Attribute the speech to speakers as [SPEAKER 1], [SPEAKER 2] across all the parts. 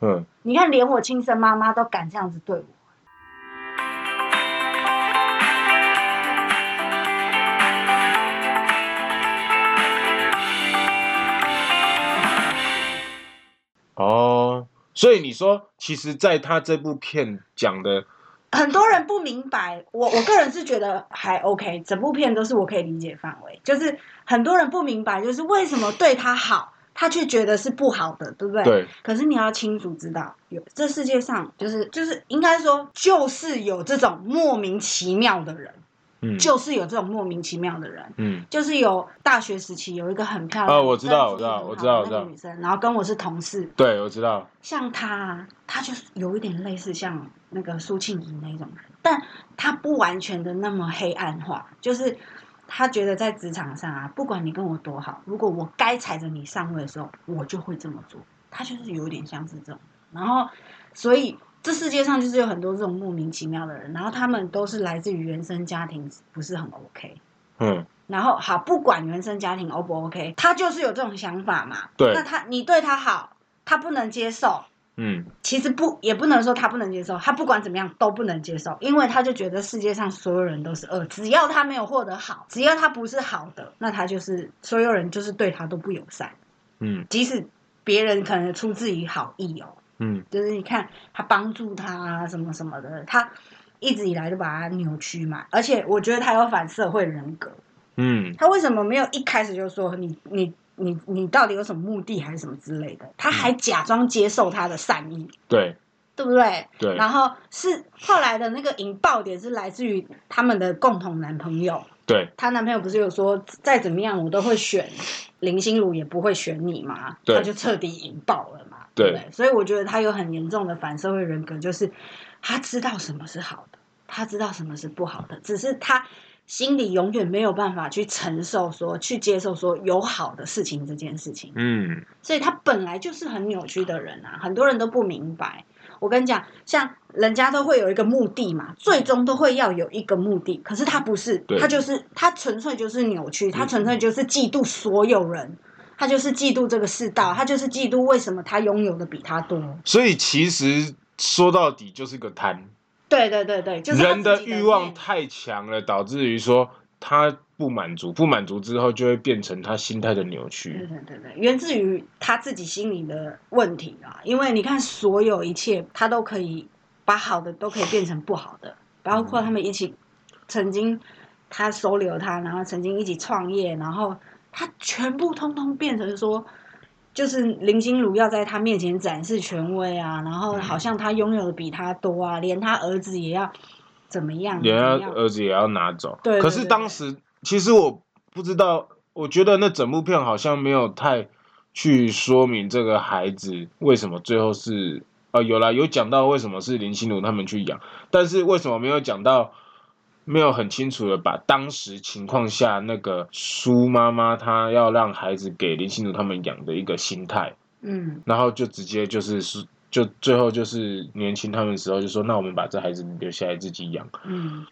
[SPEAKER 1] 嗯，
[SPEAKER 2] 你看，连我亲生妈妈都敢这样子对我。
[SPEAKER 1] 哦，所以你说，其实，在他这部片讲的，
[SPEAKER 2] 很多人不明白，我我个人是觉得还 OK，整部片都是我可以理解范围。就是很多人不明白，就是为什么对他好，他却觉得是不好的，对不对？。
[SPEAKER 1] 对，
[SPEAKER 2] 可是你要清楚知道，有这世界上就是就是应该说，就是有这种莫名其妙的人，
[SPEAKER 1] 嗯，
[SPEAKER 2] 就是有这种莫名其妙的人。
[SPEAKER 1] 嗯，
[SPEAKER 2] 就是有大学时期有一个很漂亮
[SPEAKER 1] 啊
[SPEAKER 2] 的，
[SPEAKER 1] 我知道
[SPEAKER 2] 跟自己很好
[SPEAKER 1] 我知道我知道
[SPEAKER 2] 那个女生，然后跟我是同事，
[SPEAKER 1] 对，我知道，
[SPEAKER 2] 像她，她就是有一点类似像那个苏庆怡那种人，但她不完全的那么黑暗化，就是她觉得在职场上啊，不管你跟我多好，如果我该踩着你上位的时候，我就会这么做。她就是有点像是这种，然后所以。这世界上就是有很多这种莫名其妙的人，然后他们都是来自于原生家庭不是很 OK，
[SPEAKER 1] 嗯，
[SPEAKER 2] 然后好，不管原生家庭 O 不 OK，他就是有这种想法嘛。
[SPEAKER 1] 对
[SPEAKER 2] 那他你对他好，他不能接受。
[SPEAKER 1] 嗯，
[SPEAKER 2] 其实不也不能说他不能接受，他不管怎么样都不能接受，因为他就觉得世界上所有人都是恶，只要他没有获得好，只要他不是好的，那他就是所有人就是对他都不友善，
[SPEAKER 1] 嗯，
[SPEAKER 2] 即使别人可能出自于好意哦，
[SPEAKER 1] 嗯，
[SPEAKER 2] 就是你看他帮助他啊，什么什么的，他一直以来就把他扭曲嘛，而且我觉得他有反社会人格，
[SPEAKER 1] 嗯，
[SPEAKER 2] 他为什么没有一开始就说你你你你到底有什么目的还是什么之类的？他还假装接受他的善意，
[SPEAKER 1] 对，
[SPEAKER 2] 对不对？
[SPEAKER 1] 对，
[SPEAKER 2] 然后是后来的那个引爆点是来自于他们的共同男朋友，
[SPEAKER 1] 对，
[SPEAKER 2] 她男朋友不是有说再怎么样我都会选林心如，也不会选你嘛？
[SPEAKER 1] 对
[SPEAKER 2] 他就彻底引爆了嘛？
[SPEAKER 1] 对
[SPEAKER 2] 不对，所以我觉得他有很严重的反社会人格，就是他知道什么是好的，他知道什么是不好的，只是他心里永远没有办法去承受说去接受说有好的事情这件事情。
[SPEAKER 1] 嗯，
[SPEAKER 2] 所以他本来就是很扭曲的人啊，很多人都不明白。我跟你讲，像人家都会有一个目的嘛，最终都会要有一个目的，可是他不是
[SPEAKER 1] 对，嗯
[SPEAKER 2] 他就是他纯粹就是扭曲，他纯粹就是嫉妒所有人，他就是嫉妒这个世道，他就是嫉妒为什么他拥有的比他多。
[SPEAKER 1] 所以其实说到底就是个贪，
[SPEAKER 2] 对对对对，就是他
[SPEAKER 1] 人的
[SPEAKER 2] 自己
[SPEAKER 1] 欲
[SPEAKER 2] 的
[SPEAKER 1] 望
[SPEAKER 2] 念
[SPEAKER 1] 太强了，导致于说他不满足，不满足之后就会变成他心态的扭
[SPEAKER 2] 对
[SPEAKER 1] 曲。
[SPEAKER 2] 对对对，源自于他自己心里的问题啊。因为你看，所有一切他都可以把好的都可以变成不好的，包括他们一起曾经他收留他，然后曾经一起创业，然后他全部通通变成说。就是林心如要在他面前展示权威啊，然后好像他拥有的比他多啊，连他儿子也要怎么样？怎
[SPEAKER 1] 人
[SPEAKER 2] 么
[SPEAKER 1] 家
[SPEAKER 2] 样
[SPEAKER 1] 儿子也要呃拿走。
[SPEAKER 2] 对对
[SPEAKER 1] 可是
[SPEAKER 2] 对
[SPEAKER 1] 当时其实我不知道，我觉得那整部片好像没有太去说明这个孩子为什么最后是啊、有啦，有讲到为什么是林心如他们去养，但是为什么没有讲到？没有很清楚的把当时情况下那个苏妈妈她要让孩子给林心如他们养的一个心态，
[SPEAKER 2] 嗯，
[SPEAKER 1] 然后就直接就是是就最后就是年轻他们的时候就说，那我们把这孩子留下来自己养。
[SPEAKER 2] 嗯，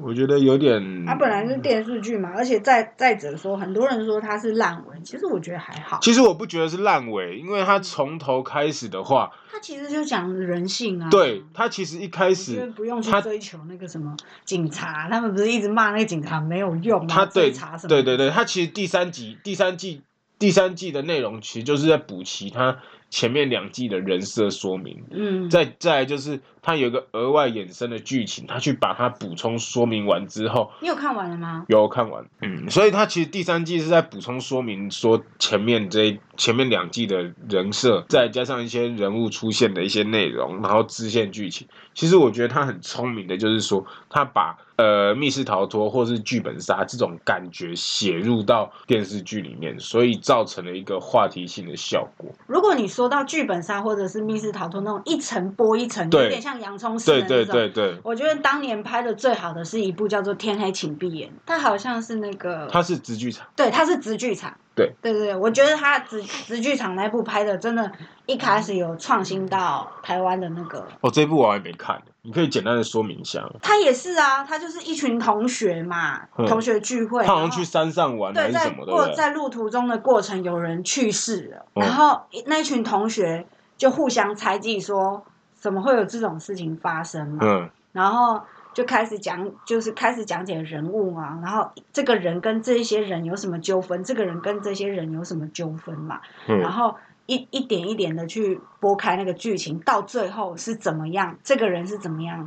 [SPEAKER 1] 我觉得有点，嗯
[SPEAKER 2] 它啊本来是电视剧嘛，而且再再者说，很多人说它是烂尾，其实我觉得还好。
[SPEAKER 1] 其实我不觉得是烂尾，因为他从头开始的话，
[SPEAKER 2] 它其实就讲人性啊。
[SPEAKER 1] 对他其实一开
[SPEAKER 2] 我觉得
[SPEAKER 1] 始
[SPEAKER 2] 不用去
[SPEAKER 1] 他
[SPEAKER 2] 追求那个什么警察，他们不是一直骂那个警察没有用吗？
[SPEAKER 1] 他对
[SPEAKER 2] 追查什么？
[SPEAKER 1] 对对对，他其实第三集第三季第三季的内容其实就是在补齐他前面两季的人设说明。
[SPEAKER 2] 嗯，
[SPEAKER 1] 再再来就是，他有一个额外衍生的剧情，他去把它补充说明完之后，
[SPEAKER 2] 你有看完了吗？
[SPEAKER 1] 有看完，嗯，所以他其实第三季是在补充说明说前面这一前面两季的人设，再加上一些人物出现的一些内容，然后支线剧情。其实我觉得他很聪明的，就是说他把呃密室逃脱或是剧本杀这种感觉写入到电视剧里面，所以造成了一个话题性的效果。
[SPEAKER 2] 如果你说到剧本杀或者是密室逃脱那种一层剥一层，
[SPEAKER 1] 对
[SPEAKER 2] 有点像洋葱丝的
[SPEAKER 1] 对
[SPEAKER 2] 那种。
[SPEAKER 1] 对对对，
[SPEAKER 2] 我觉得当年拍的最好的是一部叫做《天黑请闭眼》，它好像是那个
[SPEAKER 1] 他是直剧场，
[SPEAKER 2] 对，它是直剧场。
[SPEAKER 1] 对
[SPEAKER 2] 对对，我觉得他直直剧场那部拍的真的，一开始有创新到台湾的那个，
[SPEAKER 1] 哦，这一部我还没看，你可以简单的说明一下吗？
[SPEAKER 2] 他也是啊，他就是一群同学嘛，
[SPEAKER 1] 嗯
[SPEAKER 2] 同学聚会，
[SPEAKER 1] 他好像
[SPEAKER 2] 然后
[SPEAKER 1] 去山上玩还
[SPEAKER 2] 对，
[SPEAKER 1] 是
[SPEAKER 2] 在
[SPEAKER 1] 什么的，对
[SPEAKER 2] 过
[SPEAKER 1] 不对？
[SPEAKER 2] 在路途中的过程有人去世了，
[SPEAKER 1] 嗯
[SPEAKER 2] 然后那群同学就互相猜忌说怎么会有这种事情发生嘛，
[SPEAKER 1] 嗯
[SPEAKER 2] 然后就开始讲，就是开始讲解人物嘛，然后这个人跟这一些人有什么纠纷，这个人跟这些人有什么纠纷嘛，然
[SPEAKER 1] 嗯
[SPEAKER 2] 后一一点一点的去拨开那个剧情，到最后是怎么样，这个人是怎么样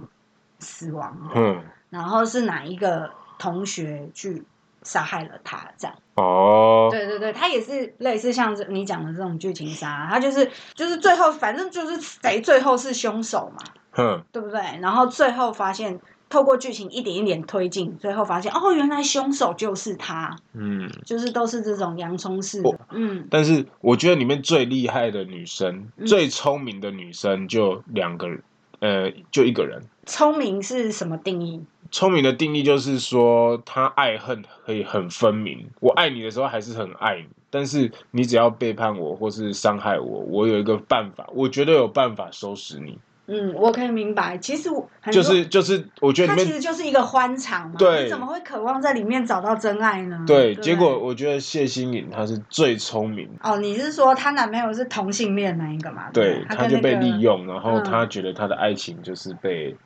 [SPEAKER 2] 死亡的，
[SPEAKER 1] 嗯，
[SPEAKER 2] 然后是哪一个同学去杀害了他，这样。
[SPEAKER 1] 哦，
[SPEAKER 2] 对对对，他也是类似像这你讲的这种剧情杀，他就是就是最后反正就是谁最后是凶手嘛，
[SPEAKER 1] 哼，
[SPEAKER 2] 对不对？然后最后发现透过剧情一点一点推进，最后发现哦，原来凶手就是他，
[SPEAKER 1] 嗯。
[SPEAKER 2] 就是都是这种洋葱式
[SPEAKER 1] 哦
[SPEAKER 2] 的，嗯，
[SPEAKER 1] 但是我觉得里面最厉害的女生、
[SPEAKER 2] 嗯
[SPEAKER 1] 最聪明的女生就两个人，呃，就一个人。
[SPEAKER 2] 聪明是什么定义？
[SPEAKER 1] 聪明的定义就是说，她爱恨可以很分明。我爱你的时候还是很爱你，但是你只要背叛我或是伤害我，我有一个办法，我绝对有办法收拾你。
[SPEAKER 2] 嗯，我可以明白，其实我很
[SPEAKER 1] 就
[SPEAKER 2] 多
[SPEAKER 1] 是就是，我觉得
[SPEAKER 2] 它
[SPEAKER 1] 里
[SPEAKER 2] 其
[SPEAKER 1] 面
[SPEAKER 2] 实就是一个欢场嘛，
[SPEAKER 1] 对
[SPEAKER 2] 你怎么会渴望在里面找到真爱呢？
[SPEAKER 1] 对，
[SPEAKER 2] 不
[SPEAKER 1] 结果我觉得谢欣颖她是最聪明的，
[SPEAKER 2] 哦，你是说她男朋友是同性恋那一个嘛？
[SPEAKER 1] 对，
[SPEAKER 2] 她
[SPEAKER 1] 她
[SPEAKER 2] 跟
[SPEAKER 1] 就
[SPEAKER 2] 那
[SPEAKER 1] 被
[SPEAKER 2] 个
[SPEAKER 1] 利。用，然后
[SPEAKER 2] 嗯
[SPEAKER 1] 她觉得她的爱情就是被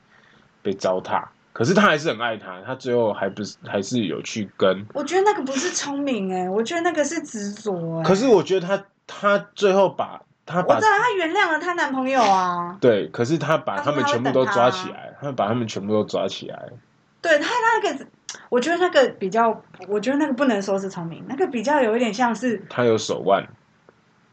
[SPEAKER 1] 被糟蹋，可是她还是很爱他，她最后还不是还是有去跟，
[SPEAKER 2] 我觉得那个不是聪明哎、我觉得那个是执着哎。
[SPEAKER 1] 可是我觉得她她最后把她
[SPEAKER 2] 我
[SPEAKER 1] 把
[SPEAKER 2] 知道她原谅了她男朋友啊，
[SPEAKER 1] 对，可是她把
[SPEAKER 2] 她
[SPEAKER 1] 他
[SPEAKER 2] 说
[SPEAKER 1] 们
[SPEAKER 2] 她会
[SPEAKER 1] 全部
[SPEAKER 2] 等
[SPEAKER 1] 都
[SPEAKER 2] 他
[SPEAKER 1] 抓
[SPEAKER 2] 啊
[SPEAKER 1] 起来，她把他们全部都抓起来，
[SPEAKER 2] 对她那个，我觉得那个比较，我觉得那个不能说是聪明，那个比较有一点像是，
[SPEAKER 1] 她有手腕，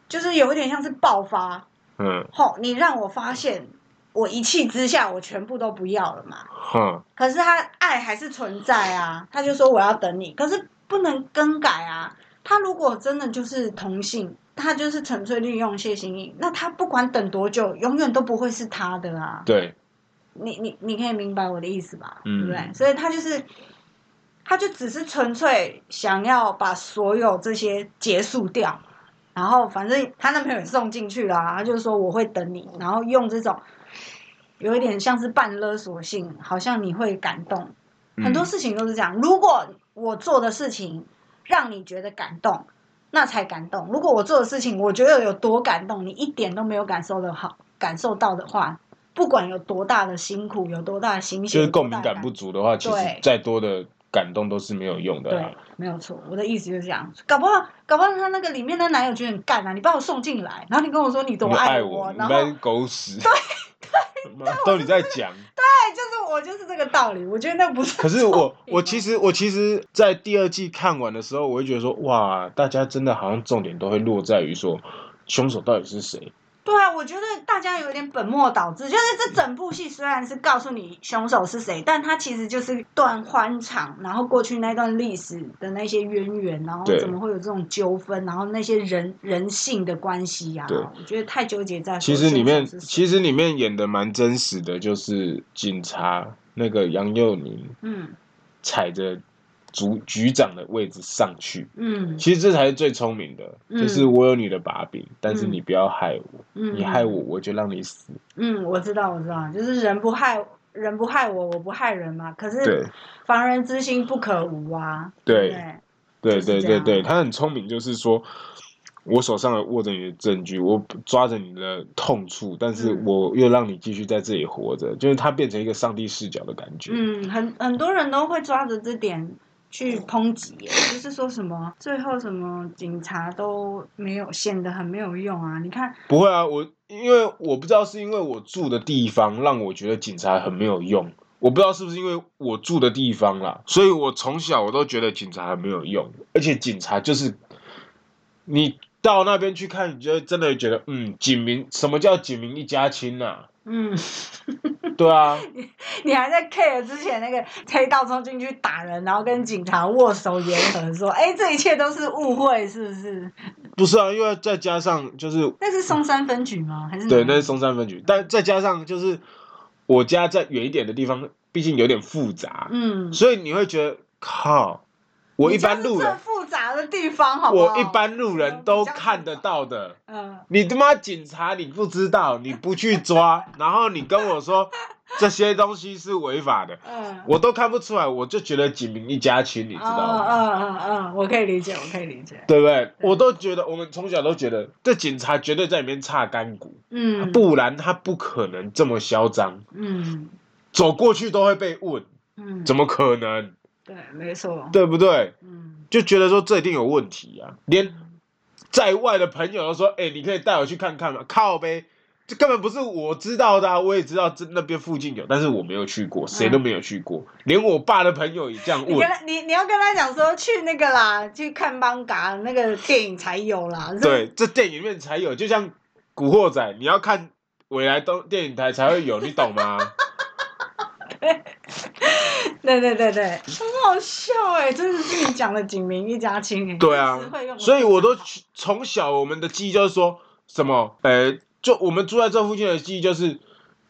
[SPEAKER 2] 就是有一点像是爆发，
[SPEAKER 1] 嗯
[SPEAKER 2] 吼，你让我发现，我一气之下我全部都不要了嘛，
[SPEAKER 1] 哼，
[SPEAKER 2] 可是他爱还是存在啊，他就说我要等你，可是不能更改啊。他如果真的就是同性，他就是纯粹利用谢欣颖，那他不管等多久，永远都不会是他的啊。
[SPEAKER 1] 对，
[SPEAKER 2] 你你你可以明白我的意思吧？
[SPEAKER 1] 嗯
[SPEAKER 2] 对不对？所以他就是，他就只是纯粹想要把所有这些结束掉，然后反正她男朋友也送进去啦，他就说我会等你，然后用这种有一点像是半勒索性，好像你会感动，
[SPEAKER 1] 嗯
[SPEAKER 2] 很多事情都是这样。如果我做的事情让你觉得感动，那才感动。如果我做的事情我觉得有多感动，你一点都没有感受的好，感受到的话，不管有多大的辛苦，有多大的心血，
[SPEAKER 1] 就是
[SPEAKER 2] 有多
[SPEAKER 1] 共鸣
[SPEAKER 2] 大的
[SPEAKER 1] 感不足的话，其实
[SPEAKER 2] 对
[SPEAKER 1] 再多的感动都是没有用的啊啦
[SPEAKER 2] 对。，没有错。我的意思就是这样，搞不好，搞不好她那个里面的男友觉得很干啊，你把我送进来，然后你跟我说你多
[SPEAKER 1] 你爱
[SPEAKER 2] 我，
[SPEAKER 1] 你
[SPEAKER 2] 然后
[SPEAKER 1] 妈是狗屎！对 对，妈到底在讲？
[SPEAKER 2] 哎，就是我就是这个道理。我觉得那不是
[SPEAKER 1] 可
[SPEAKER 2] 聪明
[SPEAKER 1] 是
[SPEAKER 2] 啊，
[SPEAKER 1] 我我其实我其实，在第二季看完的时候，我会觉得说，哇，大家真的好像重点都会落在于说，凶手到底是谁？
[SPEAKER 2] 对啊，我觉得大家有点本末倒置，就是这整部戏虽然是告诉你凶手是谁，但它其实就是段欢场，然后过去那段历史的那些渊源，然后
[SPEAKER 1] 对
[SPEAKER 2] 怎么会有这种纠纷，然后那些人人性的关系呀、
[SPEAKER 1] 对
[SPEAKER 2] 我觉得太纠结在
[SPEAKER 1] 其实里面
[SPEAKER 2] 说凶手是谁
[SPEAKER 1] 其实里面演的蛮真实的，就是警察那个杨佑宁
[SPEAKER 2] 嗯
[SPEAKER 1] 踩着组局长的位置上去。
[SPEAKER 2] 嗯
[SPEAKER 1] 其实这才是最聪明的，
[SPEAKER 2] 嗯
[SPEAKER 1] 就是我有你的把柄，但是
[SPEAKER 2] 嗯
[SPEAKER 1] 你不要害我，
[SPEAKER 2] 嗯，
[SPEAKER 1] 你害我我就让你死。
[SPEAKER 2] 嗯，我知道，我知道，就是人不害人不害我，我不害人嘛。可
[SPEAKER 1] 对
[SPEAKER 2] 是防人之心不可无啊。
[SPEAKER 1] 对
[SPEAKER 2] 不对
[SPEAKER 1] 对
[SPEAKER 2] 就是
[SPEAKER 1] 对
[SPEAKER 2] 这
[SPEAKER 1] 对
[SPEAKER 2] 样
[SPEAKER 1] 对，他很聪明，就是说我手上握着你的证据，我抓着你的痛处，但是
[SPEAKER 2] 嗯
[SPEAKER 1] 我又让你继续在这里活着，就是他变成一个上帝视角的感觉。
[SPEAKER 2] 嗯，很很多人都会抓着这点去抨击耶，就是说什么最后什么警察都没有显得很没有用啊。你看，
[SPEAKER 1] 不会啊，我因为我不知道是因为我住的地方让我觉得警察很没有用。我不知道是不是因为我住的地方啦，所以我从小我都觉得警察很没有用，而且警察就是你到那边去看，你就会真的觉得，嗯，警民什么叫警民一家亲呐、
[SPEAKER 2] 嗯，
[SPEAKER 1] 对啊，
[SPEAKER 2] 你还在 care 之前那个黑道冲进去打人，然后跟警察握手言和，说：“哎，这一切都是误会，是不是？
[SPEAKER 1] 不是啊，因为再加上就是
[SPEAKER 2] 那是松山分局吗？还是
[SPEAKER 1] 对，
[SPEAKER 2] 哪
[SPEAKER 1] 那
[SPEAKER 2] 里
[SPEAKER 1] 是松山分局，但再加上就是我家在远一点的地方，毕竟有点复杂，
[SPEAKER 2] 嗯，
[SPEAKER 1] 所以你会觉得靠，我一般路
[SPEAKER 2] 你家是
[SPEAKER 1] 人
[SPEAKER 2] 最复杂的的地方，好不好？
[SPEAKER 1] 我一般路人都看得到的。
[SPEAKER 2] 嗯，
[SPEAKER 1] 你他妈警察你不知道，你不 去抓，然后你跟我说这些东西是违法的，
[SPEAKER 2] 嗯
[SPEAKER 1] 我都看不出来，我就觉得警民一家亲，你
[SPEAKER 2] 嗯
[SPEAKER 1] 知道吗？
[SPEAKER 2] 嗯嗯嗯，我可以理解，我可以理解。
[SPEAKER 1] 对不对？我都觉得，我们从小都觉得，这警察绝对在里面擦干股，
[SPEAKER 2] 嗯，，
[SPEAKER 1] 不然他不可能这么嚣张，
[SPEAKER 2] 嗯
[SPEAKER 1] 走过去都会被问，
[SPEAKER 2] 嗯，
[SPEAKER 1] 怎么可能？
[SPEAKER 2] 对，没错，
[SPEAKER 1] 对不对？
[SPEAKER 2] 嗯，
[SPEAKER 1] 就觉得说这一定有问题啊，连在外的朋友都说，哎、你可以带我去看看吗？靠呗，这根本不是我知道的、啊，我也知道这那边附近有，但是我没有去过，谁都没有去过，连我爸的朋友也这样
[SPEAKER 2] 嗯你跟
[SPEAKER 1] 问。
[SPEAKER 2] 他，你你要跟他讲说去那个啦，去看邦嘎那个电影才有啦。是
[SPEAKER 1] 对，这电影里面才有，就像《古惑仔》，你要看未来东电影台才会有，你懂吗？
[SPEAKER 2] 对对对对，很好笑哎、真的是你讲的警民一家亲哎、
[SPEAKER 1] 对
[SPEAKER 2] 这
[SPEAKER 1] 啊
[SPEAKER 2] 个词汇用，得
[SPEAKER 1] 所以我都
[SPEAKER 2] 非常好
[SPEAKER 1] 从小我们的记忆就是说什么，呃，就我们住在这附近的记忆就是，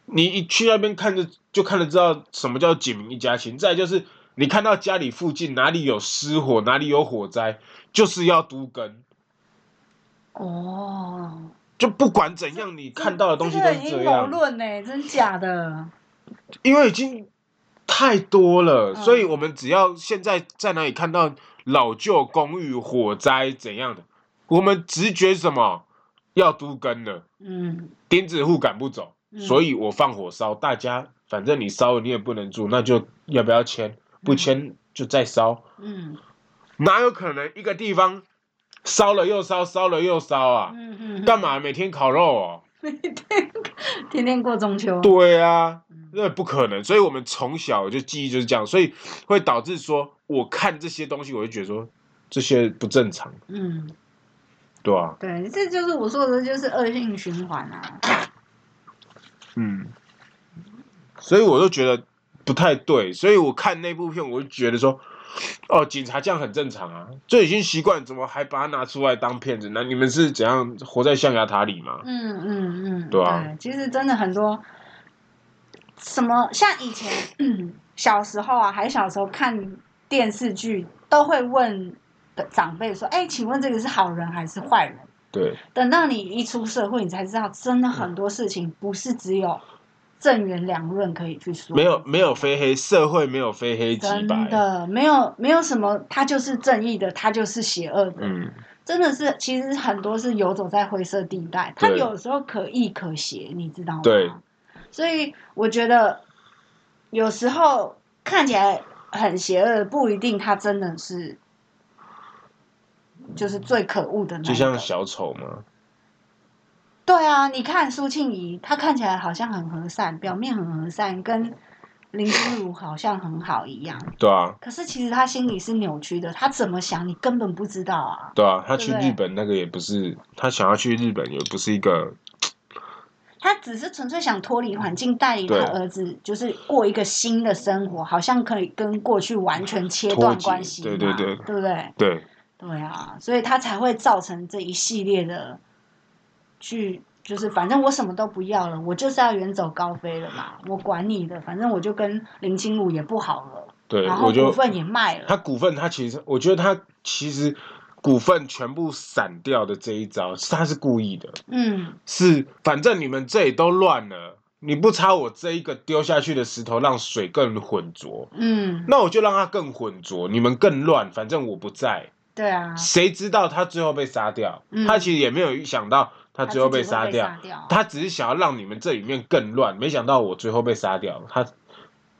[SPEAKER 1] 你一去那边看着就看得知道什么叫警民一家亲。再来就是你看到家里附近哪里有失火，哪里有火灾，就是要都跟，
[SPEAKER 2] 哦，
[SPEAKER 1] 就不管怎样，你看到的东西都
[SPEAKER 2] 这
[SPEAKER 1] 是
[SPEAKER 2] 个已
[SPEAKER 1] 这
[SPEAKER 2] 经 谋
[SPEAKER 1] 样，
[SPEAKER 2] 论哎，真假的？
[SPEAKER 1] 因为已经太多了，
[SPEAKER 2] 嗯
[SPEAKER 1] 所以我们只要现在在哪里看到老旧公寓火灾怎样的，我们直觉什么要都跟了。
[SPEAKER 2] 嗯，
[SPEAKER 1] 钉子户赶不走，
[SPEAKER 2] 嗯
[SPEAKER 1] 所以我放火烧。大家反正你烧了你也不能住，那就要不要签？不签就再烧。
[SPEAKER 2] 嗯
[SPEAKER 1] 哪有可能一个地方烧了又烧，烧了又烧啊？
[SPEAKER 2] 嗯嗯，
[SPEAKER 1] 干嘛每天烤肉哦？
[SPEAKER 2] 天天过中秋？
[SPEAKER 1] 对啊
[SPEAKER 2] 嗯，
[SPEAKER 1] 那不可能。所以我们从小就记忆就是这样，所以会导致说，我看这些东西，我就觉得说这些不正常，
[SPEAKER 2] 嗯，
[SPEAKER 1] 对吧、啊？
[SPEAKER 2] 对，这就是我说的，就是恶性循环啊。
[SPEAKER 1] 嗯，所以我就觉得不太对，所以我看那部片，我就觉得说，哦，警察这样很正常啊，就已经习惯，怎么还把它拿出来当骗子？那你们是怎样活在象牙塔里吗？
[SPEAKER 2] 嗯嗯嗯，
[SPEAKER 1] 对啊
[SPEAKER 2] 其实真的很多，什么像以前 小时候啊，还小时候看电视剧，都会问的长辈说：“哎，请问这个是好人还是坏人？”
[SPEAKER 1] 对，
[SPEAKER 2] 等到你一出社会，你才知道，真的很多事情不是只有正言两论可以去说，
[SPEAKER 1] 没有没有非黑社会，没有非黑即
[SPEAKER 2] 真
[SPEAKER 1] 白，
[SPEAKER 2] 的没有没有什么，他就是正义的，他就是邪恶的，
[SPEAKER 1] 嗯，
[SPEAKER 2] 真的是其实很多是游走在灰色地带，他
[SPEAKER 1] 对
[SPEAKER 2] 有时候可易可邪，你知道吗？
[SPEAKER 1] 对，
[SPEAKER 2] 所以我觉得有时候看起来很邪恶，不一定他真的是就是最可恶的那一
[SPEAKER 1] 就
[SPEAKER 2] 个。
[SPEAKER 1] 像小丑嘛，
[SPEAKER 2] 对啊，你看苏庆怡，她看起来好像很和善，表面很和善，跟林心如好像很好一样。
[SPEAKER 1] 对啊，
[SPEAKER 2] 可是其实她心里是扭曲的，她怎么想你根本不知道啊。
[SPEAKER 1] 对啊，他去
[SPEAKER 2] 对不对
[SPEAKER 1] 日本那个也不是，他想要去日本也不是一个，
[SPEAKER 2] 她只是纯粹想脱离环境，带领她
[SPEAKER 1] 对
[SPEAKER 2] 儿子，就是过一个新的生活，好像可以跟过去完全切
[SPEAKER 1] 脱
[SPEAKER 2] 断
[SPEAKER 1] 节
[SPEAKER 2] 关系嘛，
[SPEAKER 1] 对对对
[SPEAKER 2] 对不对？
[SPEAKER 1] 对，
[SPEAKER 2] 对啊，所以他才会造成这一系列的去，就是反正我什么都不要了，我就是要远走高飞了嘛，我管你的，反正我就跟林清如也不好了，
[SPEAKER 1] 对，
[SPEAKER 2] 然
[SPEAKER 1] 我
[SPEAKER 2] 后
[SPEAKER 1] 就
[SPEAKER 2] 股份也卖
[SPEAKER 1] 他
[SPEAKER 2] 了，
[SPEAKER 1] 股份，他其实我觉得他其实股份全部散掉的这一招，是他是故意的，
[SPEAKER 2] 嗯
[SPEAKER 1] 是反正你们这里都乱了，你不插我这一个丢下去的石头，让水更浑浊，
[SPEAKER 2] 嗯，
[SPEAKER 1] 那我就让它更浑浊，你们更乱，反正我不在，
[SPEAKER 2] 对啊，
[SPEAKER 1] 谁知道他最后被杀掉？
[SPEAKER 2] 嗯
[SPEAKER 1] 他其实也没有预想到他最后被杀掉，
[SPEAKER 2] 他自己会被杀掉
[SPEAKER 1] 他只是想要让你们这里面更乱，没想到我最后被杀掉，他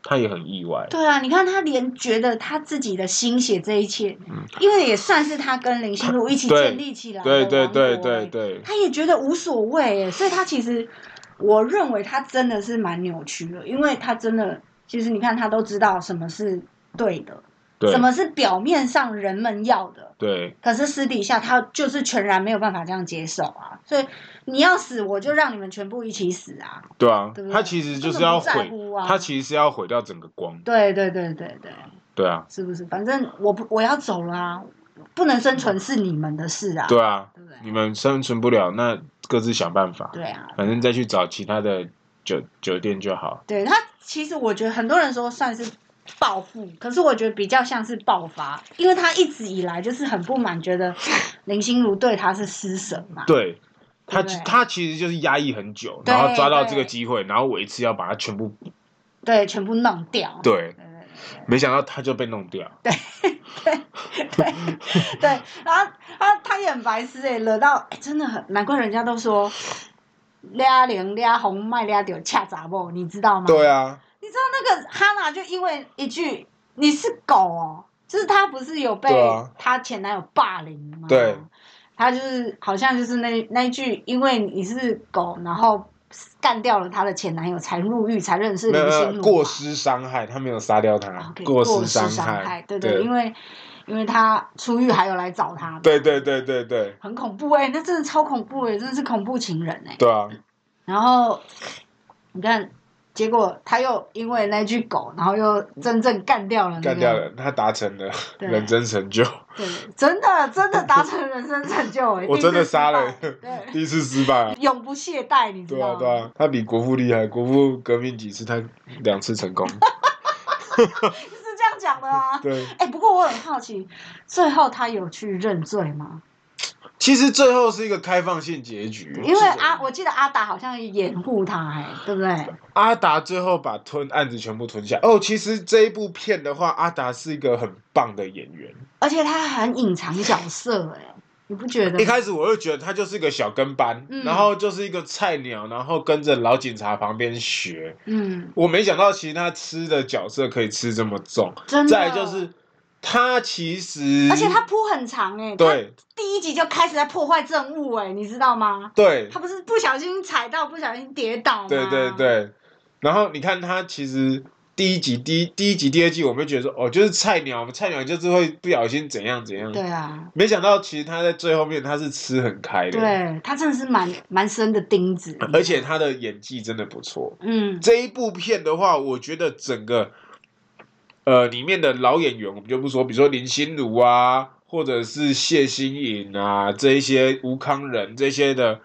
[SPEAKER 1] 他也很意外，
[SPEAKER 2] 对啊，你看他连觉得他自己的心血这一切，因为也算是他跟林心如一起
[SPEAKER 1] 嗯对
[SPEAKER 2] 建立起来的
[SPEAKER 1] 对对对
[SPEAKER 2] 啊王国欸
[SPEAKER 1] 对对，
[SPEAKER 2] 他也觉得无所谓耶，所以他其实，我认为他真的是蛮扭曲的，因为他真的，其实你看他都知道什么是对的，
[SPEAKER 1] 对
[SPEAKER 2] 什么是表面上人们要的，
[SPEAKER 1] 对。
[SPEAKER 2] 可是私底下他就是全然没有办法这样接受啊，所以你要死我就让你们全部一起死啊，
[SPEAKER 1] 对啊
[SPEAKER 2] 对不，对
[SPEAKER 1] 他其实就是要
[SPEAKER 2] 根本
[SPEAKER 1] 毁
[SPEAKER 2] 不在乎啊，
[SPEAKER 1] 他其实是要毁掉整个光。
[SPEAKER 2] 对对对对对，
[SPEAKER 1] 对啊，
[SPEAKER 2] 是不是？反正我不我要走了啊，不能生存是你们的事啊，
[SPEAKER 1] 对啊，
[SPEAKER 2] 对不
[SPEAKER 1] 你
[SPEAKER 2] 对？
[SPEAKER 1] 们生存不了，那各自想办法，
[SPEAKER 2] 对啊，
[SPEAKER 1] 反正再去找其他的酒酒店就好。
[SPEAKER 2] 对他，其实我觉得很多人说算是报复，可是我觉得比较像是爆发，因为他一直以来就是很不满，觉得林心如对他是施舍嘛。
[SPEAKER 1] 对他
[SPEAKER 2] 对不对
[SPEAKER 1] 他其实就是压抑很久，
[SPEAKER 2] 对
[SPEAKER 1] 然后抓到这个
[SPEAKER 2] 对
[SPEAKER 1] 机会，然后我一次要把它全部
[SPEAKER 2] 对，全部弄掉。
[SPEAKER 1] 对，
[SPEAKER 2] 对
[SPEAKER 1] 没想到他就被弄掉。
[SPEAKER 2] 对对，然后他他也很白痴哎、惹到、哎真的很难怪人家都说啊俩零俩红麦俩丢恰杂不，你知道吗？
[SPEAKER 1] 啊，
[SPEAKER 2] 你知道那个哈娜就因为一句“你是狗哦”，就是她不是有被
[SPEAKER 1] 对啊
[SPEAKER 2] 她前男友霸凌吗？
[SPEAKER 1] 对，
[SPEAKER 2] 她就是好像就是那那一句“因为你是狗”，然后干掉了她的前男友，才入狱，才认识
[SPEAKER 1] 没有
[SPEAKER 2] 林
[SPEAKER 1] 没
[SPEAKER 2] 心
[SPEAKER 1] 有
[SPEAKER 2] 如。
[SPEAKER 1] 过失伤害，他没有杀掉他
[SPEAKER 2] 啊 OK，，
[SPEAKER 1] 失
[SPEAKER 2] 伤
[SPEAKER 1] 害，
[SPEAKER 2] 对
[SPEAKER 1] 对
[SPEAKER 2] 因为因为她出狱还有来找她，
[SPEAKER 1] 对对对对对
[SPEAKER 2] 很恐怖哎、那真的超恐怖哎、真的是恐怖情人哎、
[SPEAKER 1] 对啊，
[SPEAKER 2] 然后你看，结果他又因为那句狗，然后又真正干掉了、那个
[SPEAKER 1] 干掉了，他达成了
[SPEAKER 2] 嗯对
[SPEAKER 1] 人生成就，
[SPEAKER 2] 对，真的真的达成人生成就哎、
[SPEAKER 1] 我真
[SPEAKER 2] 第
[SPEAKER 1] 的
[SPEAKER 2] 一次失败
[SPEAKER 1] 杀了
[SPEAKER 2] 对，
[SPEAKER 1] 第一次失败啊。
[SPEAKER 2] 永不懈怠，你知
[SPEAKER 1] 对啊
[SPEAKER 2] 道吗？
[SPEAKER 1] 对啊，他比国父厉害，国父革命几次，他两次 成功。
[SPEAKER 2] 是这样讲的啊。
[SPEAKER 1] 对，
[SPEAKER 2] 哎、不过我很好奇，最后他有去认罪吗？
[SPEAKER 1] 其实最后是一个开放性结局，
[SPEAKER 2] 因为
[SPEAKER 1] 是
[SPEAKER 2] 阿，我记得阿达好像掩护他、哎，对不对？
[SPEAKER 1] 阿达最后把吞案子全部吞下。哦，其实这一部片的话，阿达是一个很棒的演员。
[SPEAKER 2] 而且他很隐藏角色、哎，你不觉得
[SPEAKER 1] 一
[SPEAKER 2] 吗？
[SPEAKER 1] 开始我就觉得他就是一个小跟班，
[SPEAKER 2] 嗯
[SPEAKER 1] 然后就是一个菜鸟，然后跟着老警察旁边学。
[SPEAKER 2] 嗯，
[SPEAKER 1] 我没想到，其实他吃的角色可以吃这么重。
[SPEAKER 2] 真的。
[SPEAKER 1] 再来就是，他其实，
[SPEAKER 2] 而且他铺很长哎、欸，
[SPEAKER 1] 对
[SPEAKER 2] 他第一集就开始在破坏政务哎、你知道吗？
[SPEAKER 1] 对
[SPEAKER 2] 他不是不小心踩到，不小心跌倒吗？
[SPEAKER 1] 对对，对，然后你看他其实第一集、第一第一集、第二季，我们会觉得说，哦，就是菜鸟，菜鸟就是会不小心怎样怎样。
[SPEAKER 2] 对啊，
[SPEAKER 1] 没想到其实他在最后面他是吃很开的，，
[SPEAKER 2] 对他真的是蛮蛮深的钉子，
[SPEAKER 1] 而且他的演技真的不错。
[SPEAKER 2] 嗯，
[SPEAKER 1] 这一部片的话，我觉得整个呃里面的老演员，我们就不说，比如说林心如啊，或者是谢欣颖啊，这一些吴康仁这些的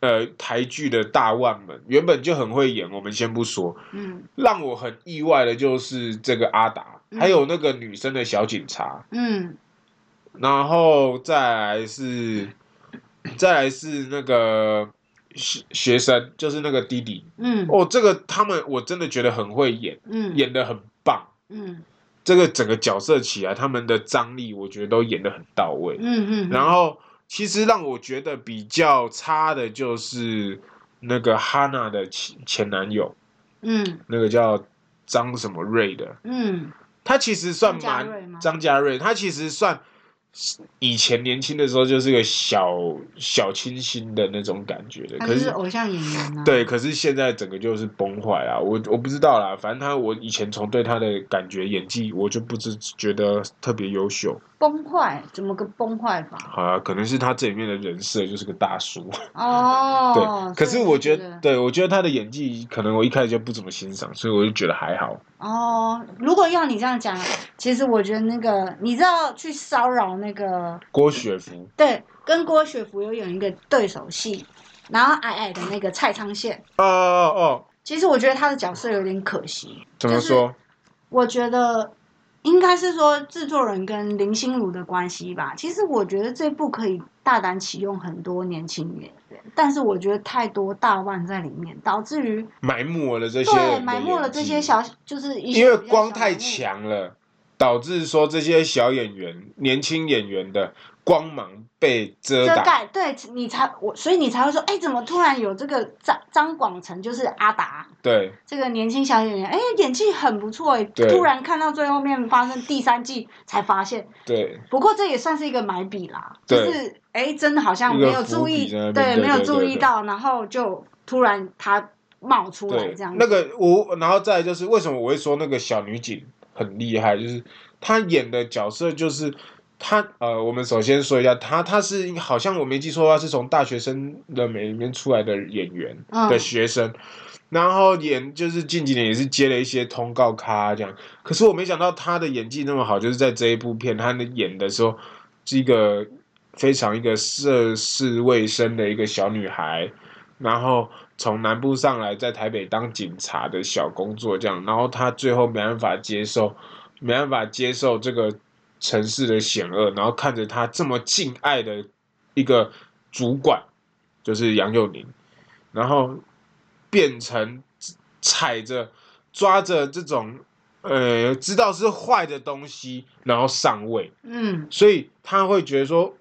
[SPEAKER 1] 呃台剧的大腕们，原本就很会演，我们先不说。
[SPEAKER 2] 嗯
[SPEAKER 1] 让我很意外的就是这个阿达，
[SPEAKER 2] 嗯
[SPEAKER 1] 还有那个女生的小警察，
[SPEAKER 2] 嗯
[SPEAKER 1] 然后再来是再来是那个学学生，就是那个弟弟。
[SPEAKER 2] 嗯
[SPEAKER 1] 哦，这个他们我真的觉得很会演，
[SPEAKER 2] 嗯
[SPEAKER 1] 演的很棒。
[SPEAKER 2] 嗯
[SPEAKER 1] 这个整个角色起来，他们的张力我觉得都演的很到位。
[SPEAKER 2] 嗯嗯，
[SPEAKER 1] 然后其实让我觉得比较差的就是那个哈娜的前前男友，
[SPEAKER 2] 嗯
[SPEAKER 1] 那个叫张什么瑞的，
[SPEAKER 2] 嗯
[SPEAKER 1] 他其实算
[SPEAKER 2] 张家瑞
[SPEAKER 1] 蛮
[SPEAKER 2] 吗
[SPEAKER 1] 张家瑞，他其实算以前年轻的时候就是个小小清新的那种感觉的，
[SPEAKER 2] 他
[SPEAKER 1] 可
[SPEAKER 2] 就是是偶像演员啊，
[SPEAKER 1] 对，可是现在整个就是崩坏啦，我我不知道啦，反正他我以前从对他的感觉演技，我就不知觉得特别优秀
[SPEAKER 2] 崩坏怎么个崩坏法？
[SPEAKER 1] 啊，可能是他这里面的人设就是个大叔，
[SPEAKER 2] 哦，
[SPEAKER 1] 对。可是
[SPEAKER 2] 所以
[SPEAKER 1] 我
[SPEAKER 2] 你
[SPEAKER 1] 觉得，对我觉得他的演技可能我一开始就不怎么欣赏，所以我就觉得还好。
[SPEAKER 2] 哦，如果要你这样讲，其实我觉得那个，你知道去骚扰那个，
[SPEAKER 1] 郭雪芙，
[SPEAKER 2] 对，跟郭雪芙有演一个对手戏，然后矮矮的那个蔡昌宪，
[SPEAKER 1] 哦哦哦，
[SPEAKER 2] 其实我觉得他的角色有点可惜。
[SPEAKER 1] 怎么
[SPEAKER 2] 就是
[SPEAKER 1] 说？
[SPEAKER 2] 我觉得应该是说制作人跟林心如的关系吧。其实我觉得这部可以大胆启用很多年轻演员，但是我觉得太多大腕在里面，导致于
[SPEAKER 1] 埋没了这些人
[SPEAKER 2] 对
[SPEAKER 1] 的
[SPEAKER 2] 埋没了
[SPEAKER 1] 演
[SPEAKER 2] 这
[SPEAKER 1] 技
[SPEAKER 2] 些，小，就是一些
[SPEAKER 1] 因为
[SPEAKER 2] 比较
[SPEAKER 1] 光
[SPEAKER 2] 小
[SPEAKER 1] 太
[SPEAKER 2] 人物
[SPEAKER 1] 强了，导致说这些小演员、年轻演员的光芒被遮
[SPEAKER 2] 遮
[SPEAKER 1] 挡。
[SPEAKER 2] 盖，对你才我，所以你才会说，哎，怎么突然有这个张张广成，就是阿达
[SPEAKER 1] 对，
[SPEAKER 2] 这个年轻小演员，哎，演技很不错，哎，
[SPEAKER 1] 对
[SPEAKER 2] 突然看到最后面发生第三季才发现，
[SPEAKER 1] 对
[SPEAKER 2] 不过这也算是一个买笔啦，就
[SPEAKER 1] 对
[SPEAKER 2] 是哎，真的好像
[SPEAKER 1] 一个
[SPEAKER 2] 没有
[SPEAKER 1] 伏
[SPEAKER 2] 注
[SPEAKER 1] 笔
[SPEAKER 2] 意
[SPEAKER 1] 在那，边对
[SPEAKER 2] 没有
[SPEAKER 1] 对
[SPEAKER 2] 注
[SPEAKER 1] 对
[SPEAKER 2] 意
[SPEAKER 1] 对
[SPEAKER 2] 到，然后就突然他冒出来
[SPEAKER 1] 对
[SPEAKER 2] 这样，子，
[SPEAKER 1] 那个我，然后再来就是为什么我会说那个小女警很厉害，就是她演的角色就是她呃，我们首先说一下她，她是好像我没记错的话是从大学生的美里面出来的演员、
[SPEAKER 2] 嗯
[SPEAKER 1] 的学生。然后演就是近几年也是接了一些通告咖这样，可是我没想到她的演技那么好，就是在这一部片她演的时候是一个非常一个涉世未深的一个小女孩，然后从南部上来，在台北当警察的小工作这样，然后他最后没办法接受，没办法接受这个城市的险恶，然后看着他这么敬爱的一个主管，就是杨佑宁，然后变成踩着抓着这种呃知道是坏的东西，然后上位，
[SPEAKER 2] 嗯，
[SPEAKER 1] 所以他会觉得说，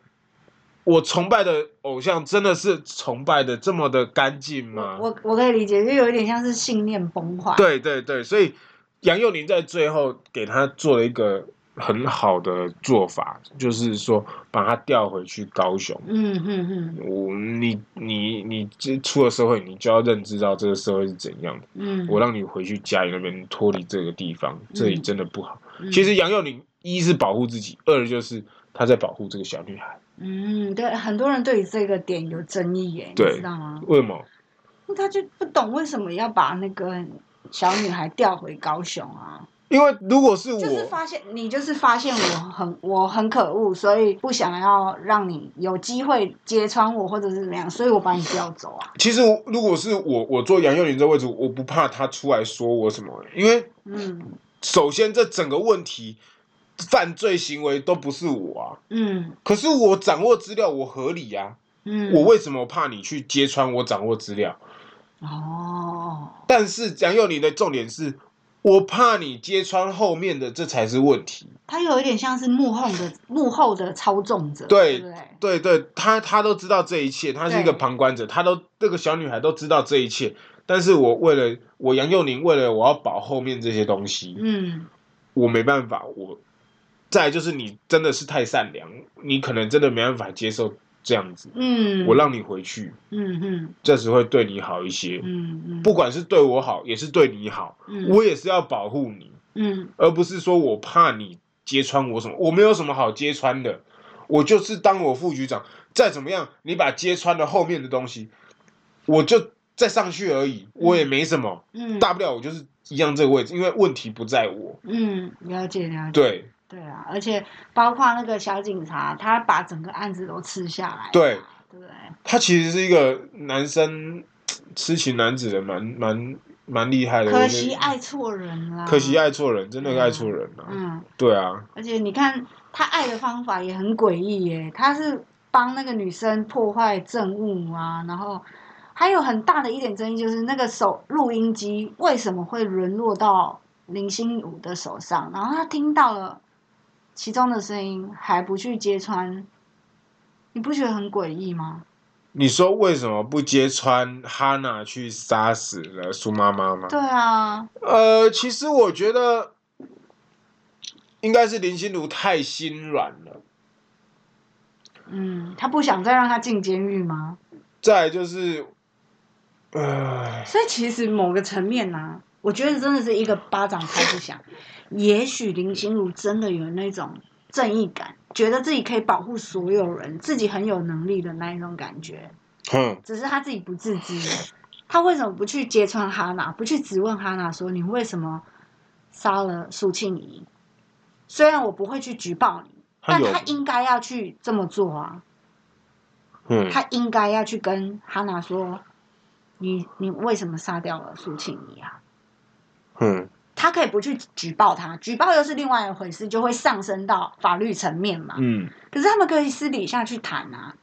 [SPEAKER 1] 我崇拜的偶像真的是崇拜的这么的干净吗？
[SPEAKER 2] 我我可以理解，就有一点像是信念崩坏。
[SPEAKER 1] 对对对，所以杨佑宁在最后给他做了一个很好的做法，就是说把他调回去高雄。
[SPEAKER 2] 嗯嗯嗯
[SPEAKER 1] 我你你你这出了社会，你就要认知到这个社会是怎样的。
[SPEAKER 2] 嗯，
[SPEAKER 1] 我让你回去家里那边脱离这个地方，这里真的不好。
[SPEAKER 2] 嗯
[SPEAKER 1] 其实杨佑宁一是保护自己，二就是他在保护这个小女孩。
[SPEAKER 2] 嗯，对，很多人对于这个点有争议耶，你
[SPEAKER 1] 对
[SPEAKER 2] 知道吗？
[SPEAKER 1] 为什么？
[SPEAKER 2] 他就不懂为什么要把那个小女孩调回高雄啊？
[SPEAKER 1] 因为如果是我，
[SPEAKER 2] 就是发现你就是发现我很我很可恶，所以不想要让你有机会揭穿我或者是怎么样，所以我把你调走啊。
[SPEAKER 1] 其实我如果是我，我坐杨佑宁这位置，我不怕他出来说我什么，因为
[SPEAKER 2] 嗯
[SPEAKER 1] 首先这整个问题犯罪行为都不是我啊，
[SPEAKER 2] 嗯
[SPEAKER 1] 可是我掌握资料，我合理呀、啊，
[SPEAKER 2] 嗯，
[SPEAKER 1] 我为什么怕你去揭穿我掌握资料？
[SPEAKER 2] 哦，
[SPEAKER 1] 但是杨佑宁的重点是，我怕你揭穿后面的，这才是问题。
[SPEAKER 2] 他有一点像是幕后的幕后的操纵者，
[SPEAKER 1] 对
[SPEAKER 2] 对不对？
[SPEAKER 1] 对对，他他都知道这一切，他是一个
[SPEAKER 2] 对
[SPEAKER 1] 旁观者，他都这个小女孩都知道这一切。但是我为了我杨佑宁，为了我要保后面这些东西，
[SPEAKER 2] 嗯
[SPEAKER 1] 我没办法，我再来就是你真的是太善良，你可能真的没办法接受这样子，
[SPEAKER 2] 嗯，
[SPEAKER 1] 我让你回去，
[SPEAKER 2] 嗯嗯
[SPEAKER 1] 这时会对你好一些。
[SPEAKER 2] 嗯嗯，
[SPEAKER 1] 不管是对我好，也是对你好，
[SPEAKER 2] 嗯
[SPEAKER 1] 我也是要保护你，
[SPEAKER 2] 嗯
[SPEAKER 1] 而不是说我怕你揭穿我什么，我没有什么好揭穿的，我就是当我副局长，再怎么样，你把揭穿了后面的东西，我就再上去而已，我也没什么，
[SPEAKER 2] 嗯
[SPEAKER 1] 大不了我就是一样这个位置，因为问题不在我，
[SPEAKER 2] 嗯，了解了解，
[SPEAKER 1] 对。
[SPEAKER 2] 对啊，而且包括那个小警察，他把整个案子都吃下来了嘛，
[SPEAKER 1] 对
[SPEAKER 2] 对不对？
[SPEAKER 1] 他其实是一个男生痴情男子的，蛮蛮蛮厉害的。
[SPEAKER 2] 可
[SPEAKER 1] 我觉
[SPEAKER 2] 惜
[SPEAKER 1] 得
[SPEAKER 2] 爱错人了，
[SPEAKER 1] 可惜，爱错人，真的
[SPEAKER 2] 嗯
[SPEAKER 1] 爱错人了、
[SPEAKER 2] 嗯，
[SPEAKER 1] 对啊，
[SPEAKER 2] 而且你看他爱的方法也很诡异耶，他是帮那个女生破坏证物啊，然后还有很大的一点争议就是那个手录音机为什么会沦落到林心如的手上，然后他听到了其中的声音，还不去揭穿，你不觉得很诡异吗？
[SPEAKER 1] 你说为什么不揭穿哈娜去杀死了苏妈妈吗？
[SPEAKER 2] 对啊，
[SPEAKER 1] 呃，其实我觉得应该是林心如太心软了。
[SPEAKER 2] 嗯，他不想再让他进监狱吗？
[SPEAKER 1] 再来就是，呃，
[SPEAKER 2] 所以其实某个层面呢、啊，我觉得真的是一个巴掌拍不响。也许林心如真的有那种正义感，觉得自己可以保护所有人，自己很有能力的那一种感觉，
[SPEAKER 1] 哼，
[SPEAKER 2] 只是他自己不自知。他为什么不去揭穿哈娜，不去质问哈娜说你为什么杀了苏庆怡？虽然我不会去举报你，
[SPEAKER 1] 他
[SPEAKER 2] 但
[SPEAKER 1] 有
[SPEAKER 2] 他，应该要去这么做啊。
[SPEAKER 1] 嗯，
[SPEAKER 2] 他应该要去跟哈娜说，你你为什么杀掉了苏庆怡啊？
[SPEAKER 1] 嗯，
[SPEAKER 2] 他可以不去举报他，举报又是另外一回事，就会上升到法律层面嘛。
[SPEAKER 1] 嗯，
[SPEAKER 2] 可是他们可以私底下去谈啊。